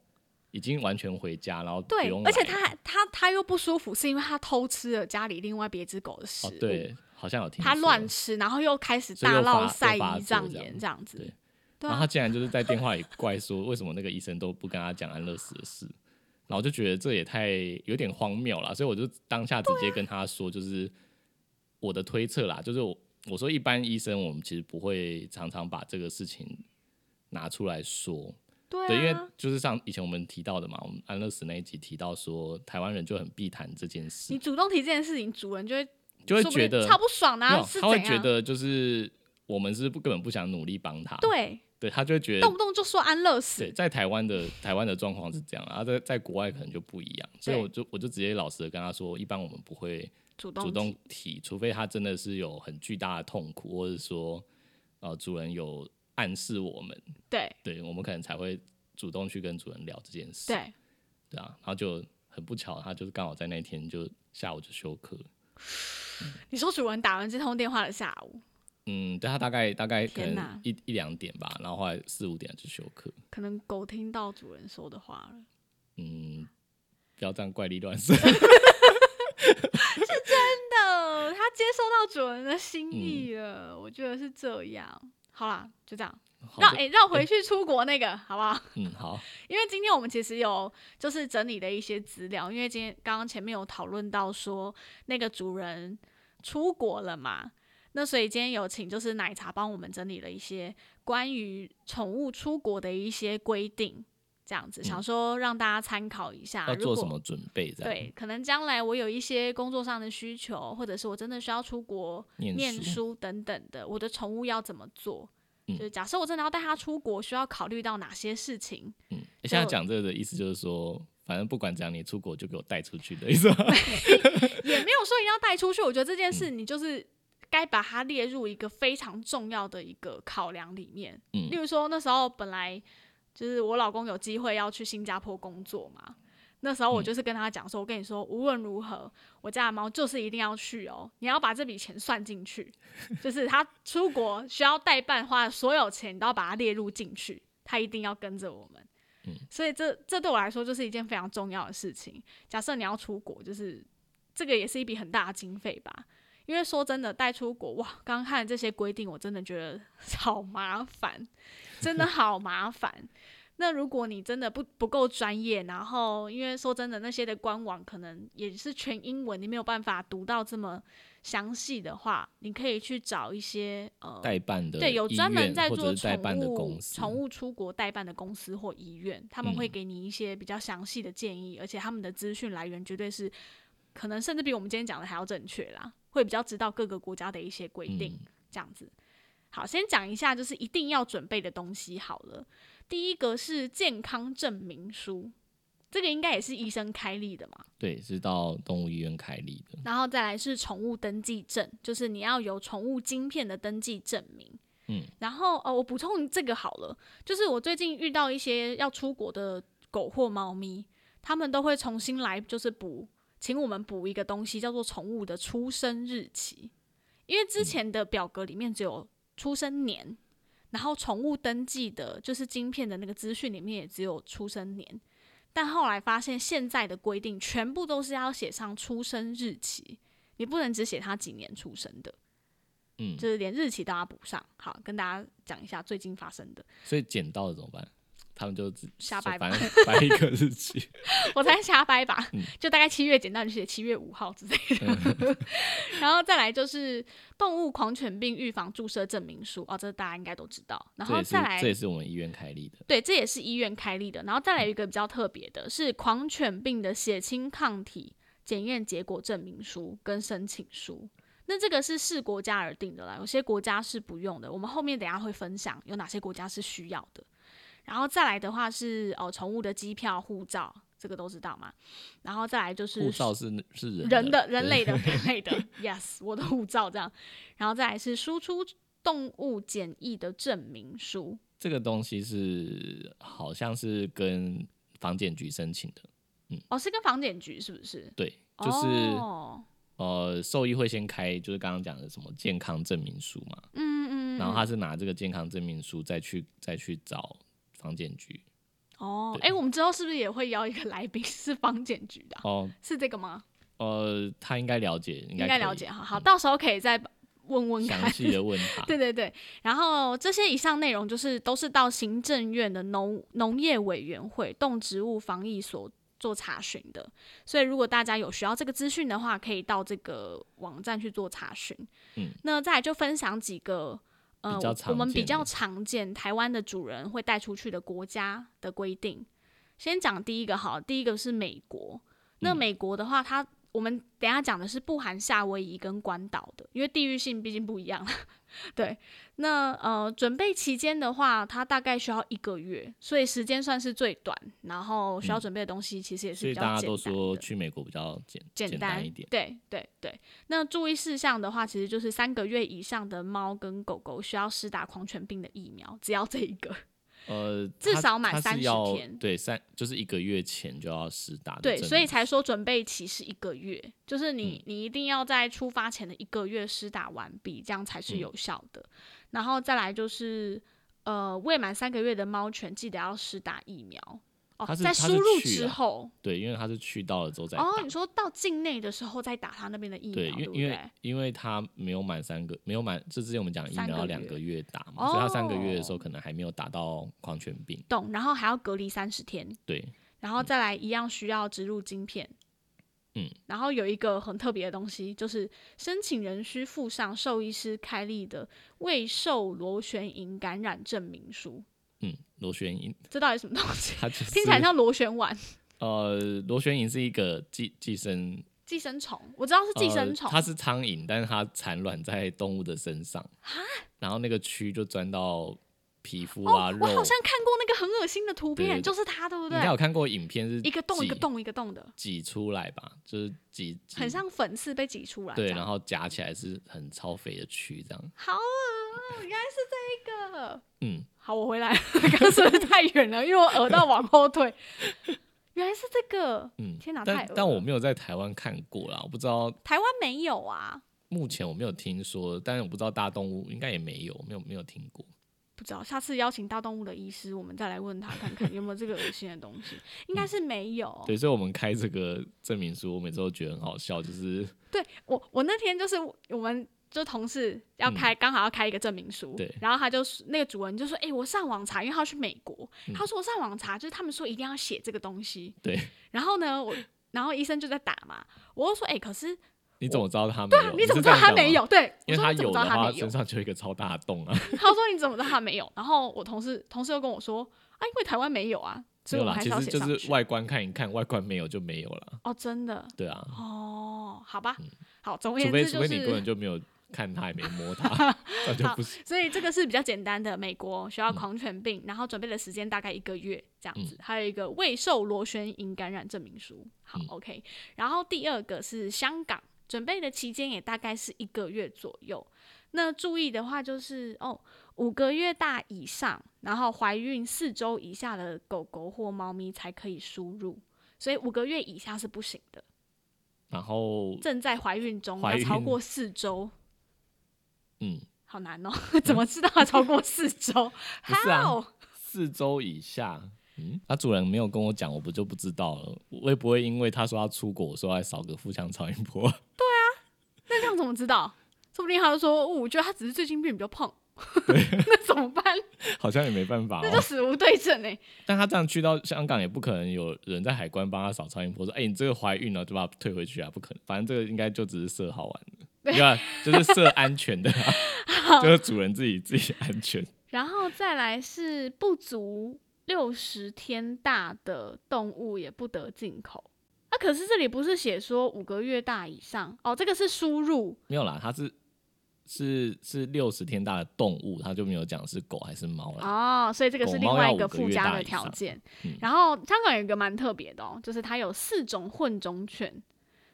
B: 已经完全回家，然后不
A: 对
B: 用，
A: 而且
B: 来
A: 他还他他又不舒服，是因为他偷吃了家里另外别只狗的食
B: 哦
A: 物，
B: 对，好像有听
A: 他
B: 说
A: 乱吃，然后又开始
B: 所以
A: 大
B: 又发
A: 闹
B: 又
A: 塞
B: 发
A: 胰
B: 作
A: 脏
B: 这样
A: 炎这样子
B: 对，
A: 对
B: 然后
A: 啊
B: 他，竟然就是在电话里怪说，为什么那个医生都不跟他讲安乐死的事，然后我就觉得这也太有点荒谬了，所以我就当下直接跟他说，就是我的推测啦，就是我我说一般医生我们其实不会常常把这个事情拿出来说，对，因
A: 对
B: 为
A: 啊，
B: 就是上以前我们提到的嘛，我们安乐死那一集提到说台湾人就很避谈这件
A: 你
B: 事，
A: 主动提这件事情，主人就会
B: 就会
A: 说不
B: 觉
A: 定
B: 得
A: 超不爽的
B: 没
A: 啊，
B: 有
A: 是
B: 他会
A: 怎
B: 觉
A: 样？
B: 得就是我们是不根本不想努力帮他，
A: 对，
B: 对他就会觉得
A: 动不动就说安乐死
B: 对，，在台湾的台湾的状况是这样，啊，在在国外可能就不一样，所以
A: 对
B: 我就我就直接老实的跟他说，一般我们不会
A: 主动
B: 主
A: 提
B: 动提，除非他真的是有很巨大的痛苦，或者说呃主人有暗示我们，
A: 对
B: 对我们可能才会主动去跟主人聊这件事，
A: 对，
B: 对啊，然后就很不巧，他就是刚好在那天就下午就休克，
A: 你说主人打完这通电话的下午，
B: 嗯，对他大概大概可
A: 天哪
B: 能一一两点吧，然后后来四五点就休克，
A: 可能狗听到主人说的话了，
B: 嗯，不要这样怪力乱 神。
A: 真的，它接收到主人的
B: 嗯
A: 心意了，我觉得是这样。好啦，就这样，
B: 好
A: 绕
B: 这
A: 诶绕回去出国那个好不好？
B: 嗯，好，
A: 因为今天我们其实有就是整理的一些资料，因为今天刚刚前面有讨论到说那个主人出国了嘛，那所以今天有请就是奶茶帮我们整理了一些关于宠物出国的一些规定，这样子想说让大家参考一下。
B: 嗯要
A: 啊如
B: 做
A: 果
B: 什么准备？这样
A: 对，可能将来我有一些工作上的需求，或者是我真的需要出国
B: 念
A: 念书等等的，我的宠物要怎么做？
B: 嗯
A: 就是假设我真的要带它出国，需要考虑到哪些事情？
B: 嗯，欸现在
A: 就
B: 讲这个的意思就是说，反正不管怎样，你出国就给我带出去的意思吗。
A: 也没有说一定要带出去。我觉得这件事，你就是该把它列入一个非常重要的一个考量里面。
B: 嗯
A: 例如说那时候本来就是我老公有机会要去新加坡工作嘛，那时候我就是跟他讲说，我跟你说，无论如何，我家的猫就是一定要去哦，你要把这笔钱算进去， 就是他出国需要代办花的所有钱，你都要把它列入进去，他一定要跟着我们。所以这这对我来说就是一件非常重要的事情。假设你要出国，就是这个也是一笔很大的经费吧。因为说真的，带出国哇，刚看这些规定，我真的觉得 好麻烦，真的好麻烦。那如果你真的不不够专业，然后因为说真的，那些的官网可能也是全英文，你没有办法读到这么详细的话，你可以去找一些呃
B: 代办的
A: 对，有
B: 医
A: 专门
B: 院
A: 在
B: 或
A: 做
B: 者是代办
A: 宠
B: 的
A: 物
B: 公司，
A: 宠物出国代办的公司或医院，他们会
B: 嗯
A: 给你一些比较详细的建议，而且他们的资讯来源绝对是可能甚至比我们今天讲的还要正确啦，会比较知道各个国家的一些规定、
B: 嗯
A: 这样子。好，先讲一下就是一定要准备的东西好了。第一个是健康证明书，这个应该也是医生开立的嘛。
B: 对，是到动物医院开立的。
A: 然后再来是宠物登记证，就是你要有宠物晶片的登记证明。
B: 嗯，
A: 然后哦，我补充这个好了，就是我最近遇到一些要出国的狗或猫咪，他们都会重新来，就是补，请我们补一个东西，叫做宠物的出生日期，因为之前的表格里面只有出生年，然后宠物登记的，就是晶片的那个资讯里面也只有出生年，但后来发现现在的规定全部都是要写上出生日期，你不能只写它几年出生的，
B: 嗯，
A: 就是连日期都要补上。好，跟大家讲一下最近发生的，
B: 所以捡到了怎么办？他们就只
A: 瞎掰吧
B: 反正掰一个日期。
A: 我才瞎掰吧，
B: 嗯
A: 就大概七月，简单就写七月五号之类的。 然后再来就是动物狂犬病预防注射证明书，哦，这大家应该都知道。 然
B: 这
A: 后
B: 也是
A: 再来
B: 这也是我们医院开立的。
A: 对，这也是医院开立的。然后再来
B: 嗯
A: 有一个比较特别的，是狂犬病的血清抗体检验结果证明书跟申请书。那这个是视国家而定的啦，有些国家是不用的。我们后面等一下会分享有哪些国家是需要的。然后再来的话是哦，宠物的机票、护照，这个都知道嘛。然后再来就是
B: 护照是是人
A: 人的
B: 的
A: 人
B: 对
A: 类 的人类的，yes，我的护照这样。然后再来是输出动物检疫的证明书，
B: 这个东西是好像是跟房检局申请的，
A: 哦，是跟房检局是不是？
B: 对，就是、
A: 哦、
B: 呃，兽医会先开，就是刚刚讲的什么健康证明书嘛，
A: 嗯嗯嗯，
B: 然后他是拿这个健康证明书再去再去找房检局。
A: 哦，哎、我们之后是不是也会邀一个来宾是房检局的啊、
B: 哦，
A: 是这个吗？
B: 呃，他应该了解，应
A: 应
B: 可
A: 该
B: 以嗯
A: 了解哈，好，到时候可以再问问看
B: 详。细的问他。
A: 对对对，然后这些以上内容就是都是到行政院的农农业委员会动植物防疫所做查询的，所以如果大家有需要这个资讯的话，可以到这个网站去做查询。
B: 嗯，
A: 那再来就分享几个。呃
B: 比较，
A: 我们
B: 常见
A: 比较
B: 的
A: 常见台湾的主人会带出去的国家的规定，先讲第一个好了，第一个是美国。那
B: 嗯
A: 美国的话，它我们等一下讲的是不含夏威夷跟关岛的，因为地域性毕竟不一样。 对，那呃，准备期间的话，它大概需要一个月，所以时间算是最短，然后需要准备的东西其实也是
B: 嗯所以
A: 比较
B: 大家
A: 简
B: 都
A: 单
B: 说
A: 的
B: 去美国比较简
A: 简
B: 简单一点。
A: 对对对，那注意事项的话，其实就是三个月以上的猫跟狗狗需要施打狂犬病的疫苗，只要这一个。
B: 呃，
A: 至
B: 他
A: 少满
B: 他是
A: 30
B: 要
A: 天
B: 对，三就是一个月前就要施打的
A: 对，
B: 证明
A: 所以才说准备期是一个月，就是你、
B: 嗯
A: 你一定要在出发前的一个月施打完毕，这样才
B: 嗯
A: 是有效的。然后再来就是，呃，未满三个月的猫犬记得要施打疫苗哦，
B: 它是
A: 在
B: 它是
A: 输入
B: 去
A: 之
B: 了
A: 后，
B: 对，因为他是去到了之后再打。
A: 哦，你说到境内的时候再打它那边的疫苗，
B: 对，因为
A: 不
B: 因为
A: 对？
B: 因为他没有满三个，没有满，这之前我们讲疫
A: 三
B: 苗
A: 个
B: 要两
A: 月
B: 个月打嘛，所以他三个月的时候
A: 哦
B: 可能还没有打到狂犬病。
A: 懂，然后还要隔离三十天，
B: 对，
A: 然后再来一样需要植入晶片。
B: 嗯，
A: 然后有一个很特别的东西，就是申请人需附上兽医师开立的未受螺旋蝇感染证明书。
B: 嗯，螺旋蝇
A: 这到底什么东西？
B: 它就是
A: 听起来像螺旋丸、
B: 呃，螺旋蝇是一个寄寄生
A: 寄生虫，我知道是寄生虫。
B: 呃它是苍蝇，但是它产卵在动物的身上，然后那个蛆就钻到皮肤
A: 哦
B: 啊、
A: 我
B: 肉
A: 好。像看过那个很恶心的图片，
B: 对对对
A: 就是它，对不
B: 你
A: 对
B: 应该？有看过影片是
A: 一个洞一个
B: 挤
A: 洞一个洞的，
B: 挤出来吧，就是挤挤
A: 很像粉刺被挤出来这
B: 对，
A: 样。
B: 然后夹起来是很超肥的蛆这样。
A: 好啊，原来是这一个。
B: 嗯，
A: 好，我回来了， 刚刚是不是太远了？因为我耳到往后退。原来是这个，
B: 嗯
A: 天哪，太
B: 但
A: 恶
B: 但我
A: 了
B: 没有在台湾看过啦，我不知道
A: 台湾没有啊。
B: 目前我没有听说，但是我不知道大动物应该也没有，没有没有听过。
A: 不知道，下次邀请大动物的医师，我们再来问他看看有没有这个恶心的东西，应该是没有。
B: 对，所以我们开这个证明书，我每次都觉得很好笑，就是
A: 对我，我那天就是我们就同事要开，刚、好要开一个证明书，
B: 嗯对
A: 然后他就是那个主人就说：“哎、我上网查，因为他要去美国，
B: 嗯
A: 他说我上网查，就是他们说一定要写这个东西。”
B: 对，
A: 然后呢，我然后医生就在打嘛，我就说：“哎、可是
B: 哦你怎么知道他没有？
A: 啊你怎么知
B: 是这
A: 道
B: 样
A: 他
B: 讲吗
A: 没？有？对，我
B: 因为
A: 说
B: 他
A: 你怎么知
B: 有的
A: 道他
B: 话，
A: 没有
B: 他身？上就有一个超大的洞啊。
A: 他说你怎么知道他没有？然后我同事同事又跟我说：啊，因为台湾没有啊，所
B: 没
A: 以
B: 有
A: 我们
B: 啦，
A: 还
B: 其
A: 要
B: 实
A: 写
B: 就
A: 上
B: 是
A: 去。
B: 外观看一看，外观没有就没有了。
A: 哦，真的
B: 对啊，
A: 哦，好吧，好，总而
B: 嗯除
A: 言
B: 非
A: 之
B: 除
A: 就
B: 非你根
A: 是
B: 本。就没有看它，也没 摸它，那就不行。
A: 所以这个是比较简单的美国学校
B: 嗯
A: 狂犬病，然后准备的时间大概一个月这样子，还有一个未受螺旋蝇感染证明书。好、
B: 嗯
A: o k 然后第二个是香港，准备的期间也大概是一个月左右。那注意的话就是哦，五个月大以上，然后怀孕四周以下的狗狗或猫咪才可以输入，所以五个月以下是不行的。
B: 然后
A: 正在怀孕中，
B: 怀
A: 要
B: 孕
A: 超过四周，
B: 嗯，
A: 好难哦， 怎么知道它超过四周？
B: 不是啊
A: How？
B: 四周以下。嗯，他、主人没有跟我讲，我不就不知道了。我也不会因为他说他出国，我说来扫个腹腔超音波。
A: 那这样怎么知道？说不定他就说，哦我觉得他只是最近变比较胖， 那怎么办？
B: 好像也没办法
A: 那就
B: 哦。
A: 死无对证哎、
B: 但他这样去到香港，也不可能有人在海关帮他扫超音波，说：“哎、你这个怀孕了，就把它退回去啊！”不可能，反正这个应该就只是设好玩的， 对吧？就是设安全的、 啊，就是主人自己自己安全。
A: 然后再来是不足六十天大的动物也不得进口。啊，可是这里不是写说五个月大以上哦，这个是输入
B: 没有啦，它是是是六十天大的动物，它就没有讲是狗还是猫啦。
A: 哦，所以这个是
B: 狗
A: 另
B: 猫
A: 外
B: 要
A: 一个
B: 五个
A: 附
B: 月
A: 加
B: 大
A: 的
B: 以
A: 条
B: 上
A: 件。
B: 嗯
A: 然后香港有一个蛮特别的哦，就是它有四种混种犬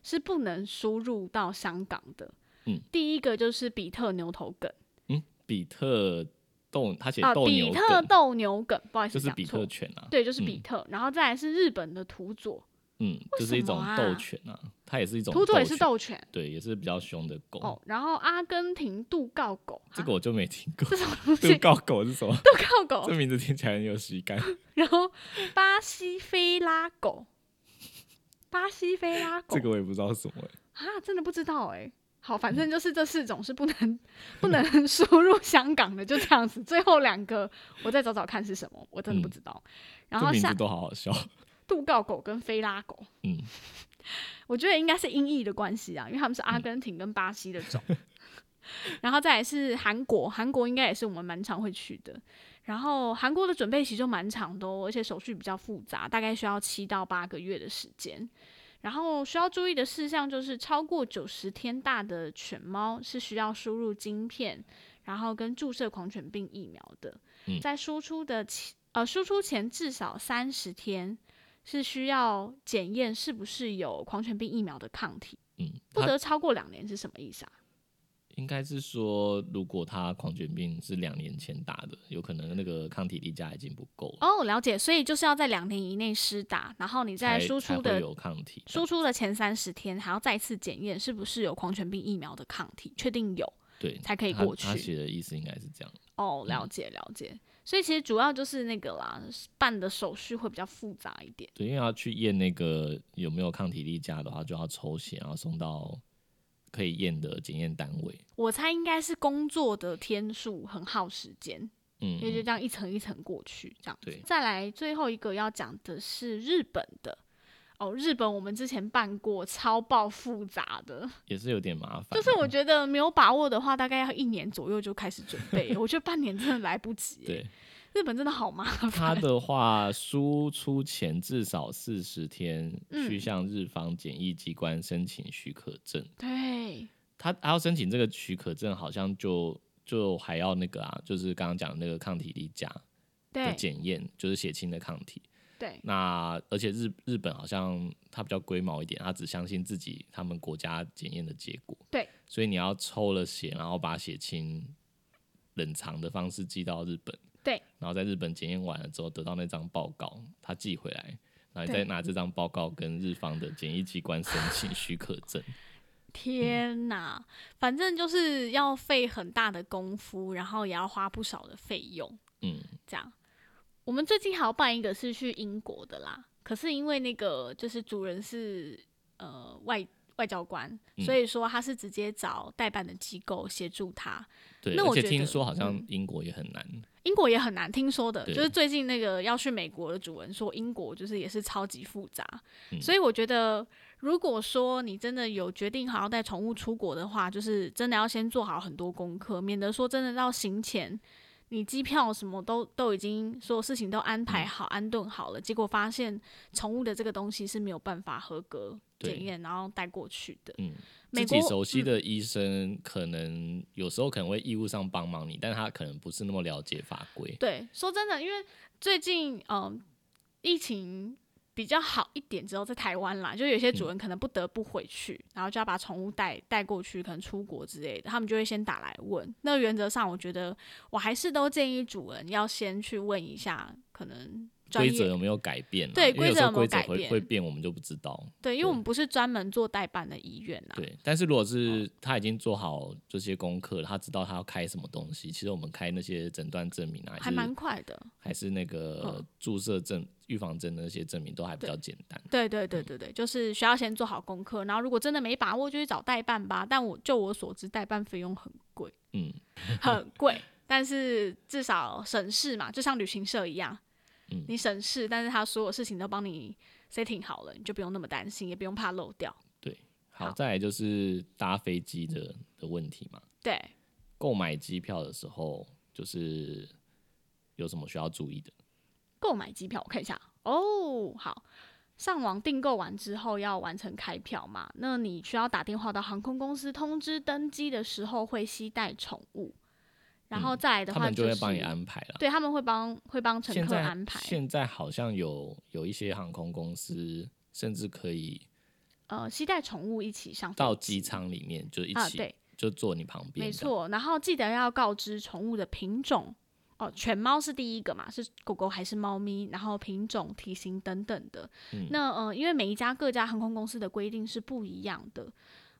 A: 是不能输入到香港的。
B: 嗯，
A: 第一个就是比特牛头梗。
B: 嗯，比特斗，它写
A: 啊，
B: 斗
A: 比
B: 牛梗，
A: 特斗牛梗，不好意思，
B: 就是
A: 讲
B: 比
A: 错
B: 特，犬啊。
A: 对，就是比
B: 嗯
A: 特，然后再来是日本的土佐，
B: 嗯，
A: 为
B: 就
A: 什
B: 是一
A: 么
B: 种
A: 啊
B: 斗犬啊，它也是一种
A: 土佐也是
B: 犬，
A: 斗犬
B: 对，也是比较凶的狗。
A: 哦，然后阿根廷杜告狗，
B: 这
A: 啊
B: 个我就没听过
A: 这。什么东
B: 杜
A: 西？
B: 高狗是什么？
A: 杜告狗
B: 这，名字听起来很有喜感。
A: 然后巴西菲拉狗，巴西菲拉狗
B: 这个我嗯也不知道是什么欸、
A: 啊，真的不知道哎、好，反正就是这四种是不 能不
B: 嗯
A: 能输入香港的，就这样子。最后两个我再找找看是什么，我真的不
B: 嗯
A: 知道。然后
B: 这名字
A: 下
B: 都好好笑。
A: 杜告狗跟菲拉狗，
B: 嗯，
A: 我觉得应该是音译的关系啊，因为他们是阿根廷跟巴西的
B: 嗯
A: 种， 然后再来是韩国，韩国应该也是我们蛮常会去的。然后韩国的准备期就蛮长的、哦，而且手续比较复杂，大概需要七到八个月的时间。然后需要注意的事项就是，超过九十天大的犬猫是需要输入晶片，然后跟注射狂犬病疫苗的。
B: 嗯
A: 在输出的前呃输出前至少三十天，是需要检验是不是有狂犬病疫苗的抗体，
B: 嗯，
A: 不
B: 它
A: 得超过两年是什么意思啊？
B: 应该是说，如果它狂犬病是两年前打的，有可能那个抗体力价已经不够了，
A: 哦，了解，所以就是要在两年以内施打，然后你在
B: 才
A: 输
B: 才
A: 出
B: 会
A: 的
B: 有抗体。
A: 输出的前三十天还要再次检验是不是有狂犬病疫苗的抗体，确定有
B: 对，
A: 才可以
B: 他
A: 过
B: 他
A: 去。
B: 写的意思应该是这样。
A: 哦，
B: 嗯
A: 了解了解，所以其实主要就是那个啦，办的手续会比较复杂一点。
B: 对，因为要去验那个有没有抗体力加的话，就要抽血，然后送到可以验的检验单位。
A: 我猜应该是工作的天数很耗时间，
B: 嗯，
A: 因为就这样一层一层过去，这样子。
B: 对
A: 再来最后一个要讲的是日本的哦，日本我们之前办过超爆复杂 的，
B: 也是有点麻烦。啊
A: 就是我觉得没有把握的话，大概要一年左右就开始准备，我觉得半年真的来不及。欸
B: 对
A: 日本真的好麻
B: 他
A: 烦。
B: 的话，输出前至少四十天
A: 嗯
B: 需向日方检疫机关申请许可证。
A: 对，
B: 他还要申请这个许可证，好像就就还要那个啊，就是刚刚讲的那个抗体力加的
A: 对，
B: 检验，就是血清的抗体。
A: 对，
B: 那而且日日本好像它比较龟毛一点，它只相信自己他们国家检验的结果。
A: 对，
B: 所以你要抽了血，然后把血清冷藏的方式寄到日本。
A: 对，
B: 然后在日本检验完了之后，得到那张报告，他寄回来，然后你
A: 对
B: 再拿这张报告跟日方的检疫机关申请许可证。
A: 天哪，反正就是要费很大的功夫，然后也要花不少的费用。
B: 嗯，
A: 这样，我们最近还要办一个是去英国的啦，可是因为那个就是主人是呃外外交官，
B: 嗯
A: 所以说他是直接找代办的机构协助他。
B: 对。
A: 那
B: 而
A: 我
B: 且
A: 觉
B: 听
A: 得
B: 说好像
A: 嗯
B: 英国也很难，
A: 英国也很难听说的，
B: 对
A: 就是最近那个要去美国的主人说，英国就是也是超级复杂，
B: 嗯
A: 所以我觉得，如果说你真的有决定好要带宠物出国的话，就是真的要先做好很多功课，免得说真的到行前，你机票什么都都已经所有事情都安
B: 嗯
A: 排好、安顿好了，结果发现宠物的这个东西是没有办法合格
B: 对
A: 检验，然后带过去的。
B: 嗯，
A: 美
B: 自
A: 国嗯
B: 己熟悉的医生可能有时候可能会义务上帮忙你，但他可能不是那么了解法规。
A: 对，说真的，因为最近嗯、疫情比较好一点之后，在台湾啦，就有
B: 嗯
A: 些主人可能不得不回去，然后就要把宠物带带过去，可能出国之类的，他们就会先打来问。那原则上，我觉得我还是都建议主人要先去问一下，可能专
B: 规则
A: 业
B: 有没有改变、啊？
A: 对
B: 因为有
A: 规则
B: 时
A: 有
B: 候
A: 没有
B: 规则
A: 改
B: 会
A: 变
B: 会变，我们就不知道。
A: 对，因为我们不是专门做代办的医院啊啦。
B: 对，但是如果是他已经做好这些功课了，他知道他要开什么东西，其实我们开那些诊断证明啊，
A: 还
B: 是
A: 蛮快的，
B: 还是那个
A: 嗯
B: 注射证、预防针的那些证明都还比较简单。
A: 对对
B: 嗯
A: 对对对，就是需要先做好功课，然后如果真的没把握，就去找代办吧。但我就我所知，代办费用很贵。
B: 嗯，
A: 很贵，但是至少省事嘛，就像旅行社一样，
B: 嗯
A: 你省事，但是他所有事情都帮你 setting 好了，你就不用那么担心，也不用怕漏掉。
B: 好，
A: 好
B: 再来就是搭飞机的的问题嘛。
A: 对，
B: 购买机票的时候，就是有什么需要注意的？
A: 购买机票我看一下哦，好。上网订购完之后要完成开票嘛？那你需要打电话到航空公司通知登机的时候会携带宠物，然后再来的
B: 嗯他
A: 话、
B: 们
A: 就
B: 就是会帮你安排啦。
A: 对，他们会帮会帮乘
B: 现
A: 客
B: 在
A: 安排。
B: 现在好像有有一些航空公司甚至可以
A: 呃，携带宠物一起上飞
B: 到机舱里面就一
A: 啊，
B: 起、
A: 对，
B: 就坐你旁边，
A: 没，错，然后记得要告知宠物的品种哦，犬猫是第一个嘛，是狗狗还是猫咪，然后品种、体型等等的。
B: 嗯
A: 那呃，因为每一家各家航空公司的规定是不一样的，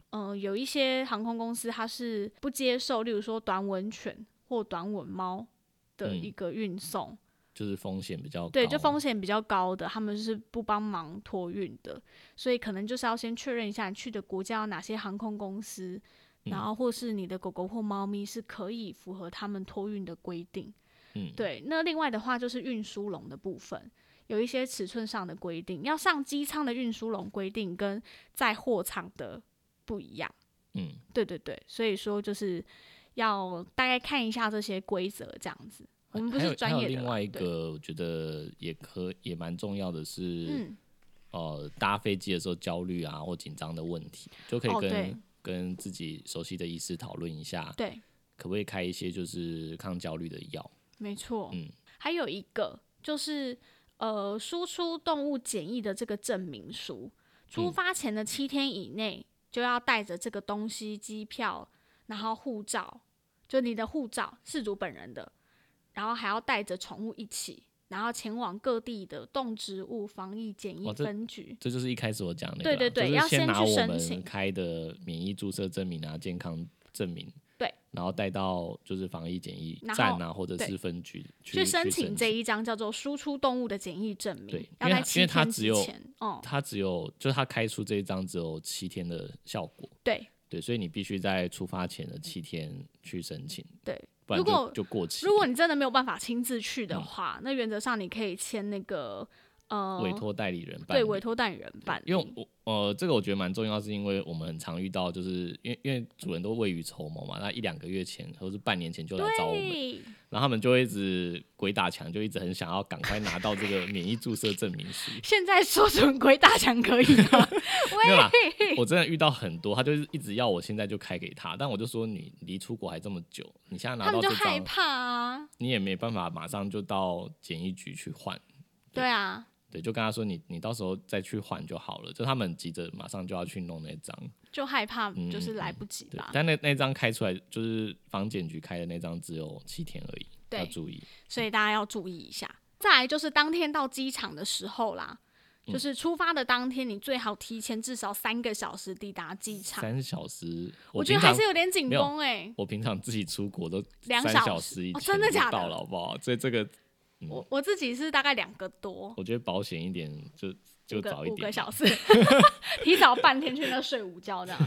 A: 呃，有一些航空公司它是不接受，例如说短吻犬或短吻猫的
B: 嗯
A: 一个运送。
B: 就是风险比较高，
A: 对，就风险比较高的，他们是不帮忙托运的，所以可能就是要先确认一下你去的国家有哪些航空公司，然
B: 嗯
A: 后或是你的狗狗或猫咪是可以符合他们托运的规定。
B: 嗯，
A: 对，那另外的话就是运输笼的部分，有一些尺寸上的规定，要上机舱的运输笼规定跟在货场的不一样。
B: 嗯，
A: 对对对，所以说就是要大概看一下这些规则这样子。我们不
B: 还
A: 是
B: 有
A: 专
B: 还有
A: 业的啦，
B: 另外一
A: 对，
B: 个，我觉得也可也蛮重要的是，
A: 嗯，
B: 呃，搭飞机的时候焦虑啊或紧张的问题，就可以
A: 哦
B: 跟、
A: 对
B: 跟自己熟悉的医师讨论一下，
A: 对。
B: 可不可以开一些就是抗焦虑的药？
A: 没错，
B: 嗯
A: 还有一个就是呃，输出动物检疫的这个证明书，出
B: 嗯
A: 发前的七天以内就要带着这个东西，机票，然后护照，就你的护照，事主本人的，然后还要带着宠物一起，然后前往各地的动植物防疫检疫
B: 哇这
A: 分局。
B: 这就是一开始我讲那个啦，啊
A: 对对对
B: 就是
A: 要先
B: 拿
A: 去
B: 我
A: 申
B: 们
A: 请
B: 开的免疫注射证明啊、健康证明，
A: 对，
B: 然后带到就是防疫检疫
A: 然后
B: 站啊，或者
A: 对
B: 是分局去
A: 去申
B: 请
A: 请这一张叫做输出动物的检疫证明
B: 对，
A: 要
B: 因
A: 在
B: 为它
A: 七
B: 因为它
A: 天
B: 只
A: 之
B: 有
A: 前。哦、
B: 他只有就是他开出这一张只有七天的效果，
A: 对
B: 对，所以你必须在出发前的七天去申请，
A: 对，
B: 不然
A: 如果
B: 就就过期了。
A: 如果你真的没有办法亲自去
B: 嗯
A: 的话，那原则上你可以签那个呃
B: 委托代理人办理，
A: 对委托代理人办理，
B: 因为我呃这个我觉得蛮重要，是因为我们很常遇到，就是因为因为主人都未雨绸缪嘛，那一两个月前或是半年前就来找我们，
A: 对
B: 然后他们就会一直鬼打墙，就一直很想要赶快拿到这个免疫注射证 明书。
A: 现在说准鬼打墙可 以吗？
B: 没有啦，我真的遇到很多，他就是一直要我现在就开给他，但我就说你离出国还这么久，你现在拿
A: 他们
B: 到这
A: 就害
B: 张，
A: 怕啊，
B: 你也没办法马上就到检疫局去换。
A: 对啊，
B: 对，就跟他说你你到时候再去换就好了，就他们很急着马上就要去弄那张。
A: 就害怕
B: 嗯
A: 就是来不及
B: 对
A: 吧，，
B: 但那那张开出来就是房检局开的那张，只有七天而已，
A: 对
B: 要注意。
A: 所以大家要注意一下。再来就是当天到机场的时候啦，
B: 嗯
A: 就是出发的当天，你最好提前至少三个小时抵达机场。
B: 三小时，
A: 我觉
B: 平
A: 得还
B: 常
A: 是有点紧
B: 没有
A: 绷哎。
B: 我平常自己出国都
A: 两
B: 三
A: 小
B: 小
A: 时
B: 时以
A: 哦
B: 前
A: 真的
B: 就
A: 假的
B: 到了，好不好？所以这个
A: 我我自己是大概两个多，
B: 我觉得保险一点就就
A: 五个
B: 早一点
A: 五个
B: 吧
A: 小时， 提早半天去那睡午觉这样。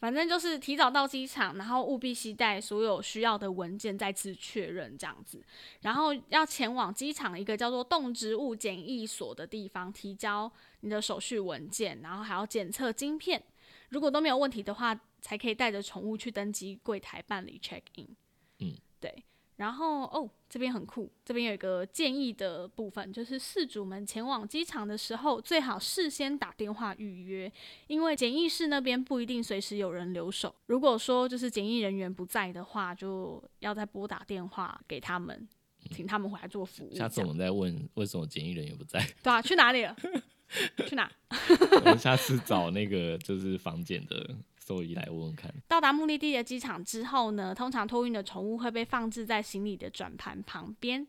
A: 反正就是提早到机场，然后务必携带所有需要的文件再次确认这样子，然后要前往机场一个叫做动植物检疫所的地方提交你的手续文件，然后还要检测晶片，如果都没有问题的话，才可以带着宠物去登机柜台办理 check in。
B: 嗯，
A: 对。然后哦，这边很酷，这边有一个建议的部分，就是事主们前往机场的时候，最好事先打电话预约，因为检疫室那边不一定随时有人留守。如果说就是检疫人员不在的话，就要再拨打电话给他们，请他们回来做服务这
B: 嗯下
A: 样。
B: 次我们再问为什么检疫人员不 在，
A: 对啊，去哪里了？去哪？
B: 我们下次找那个就是房检的兽医来问问看。
A: 到达目的地的机场之后呢，通常托运的宠物会被放置在行李的转盘旁边。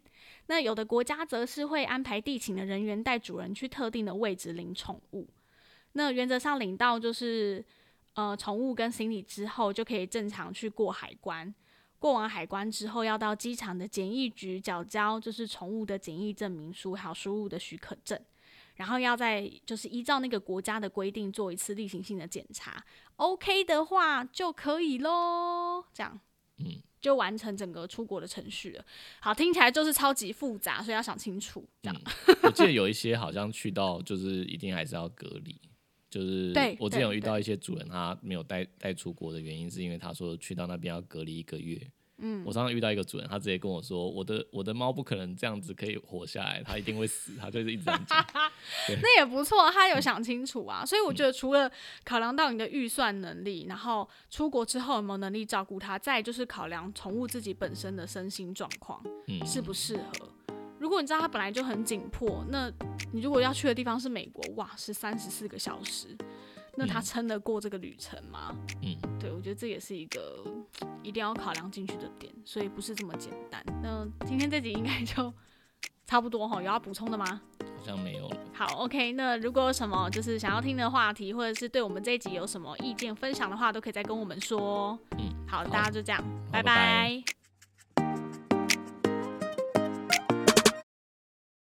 A: 那有的国家则是会安排地勤的人员带主人去特定的位置领宠物。那原则上领到就是呃宠物跟行李之后，就可以正常去过海关。过完海关之后，要到机场的检疫局缴交就是宠物的检疫证明书，还有输入的许可证。然后要再就是依照那个国家的规定做一次例行性的检查，OK 的话就可以喽，这样，
B: 嗯，
A: 就完成整个出国的程序了。好，听起来就是超级复杂，所以要想清楚，这样。
B: 嗯，我记得有一些好像去到就是一定还是要隔离，就是
A: 对
B: 我之前有
A: 对
B: 遇到一些主人他没有带带出国的原因是因为他说去到那边要隔离一个月。嗯，我常常遇到一个主人，他直接跟我说：“我的我的猫不可能这样子可以活下来，它一定会死。”他就是一直这样讲。
A: 那也不错，他
B: 嗯
A: 有想清楚啊。所以我觉得除了考量到你的预算能力，然后出国之后有没有能力照顾它，再来就是考量宠物自己本身的身心状况
B: 嗯，
A: 适不适合。如果你知道它本来就很紧迫，那你如果要去的地方是美国，哇，是三十四个小时，那它
B: 嗯
A: 撑得过这个旅程吗？
B: 嗯，
A: 对，我觉得这也是一个嗯一定要考量进去的点，所以不是这么简单。那今天这集应该就差不多哈，有要补充的吗？
B: 好像没有了。
A: 好，OK，那如果有什么就是想要听的话题，或者是对我们这一集有什么意见分享的话，都可以再跟我们说哦。
B: 嗯，
A: 好，
B: 好
A: 大家就这样，拜
B: 拜拜
A: 拜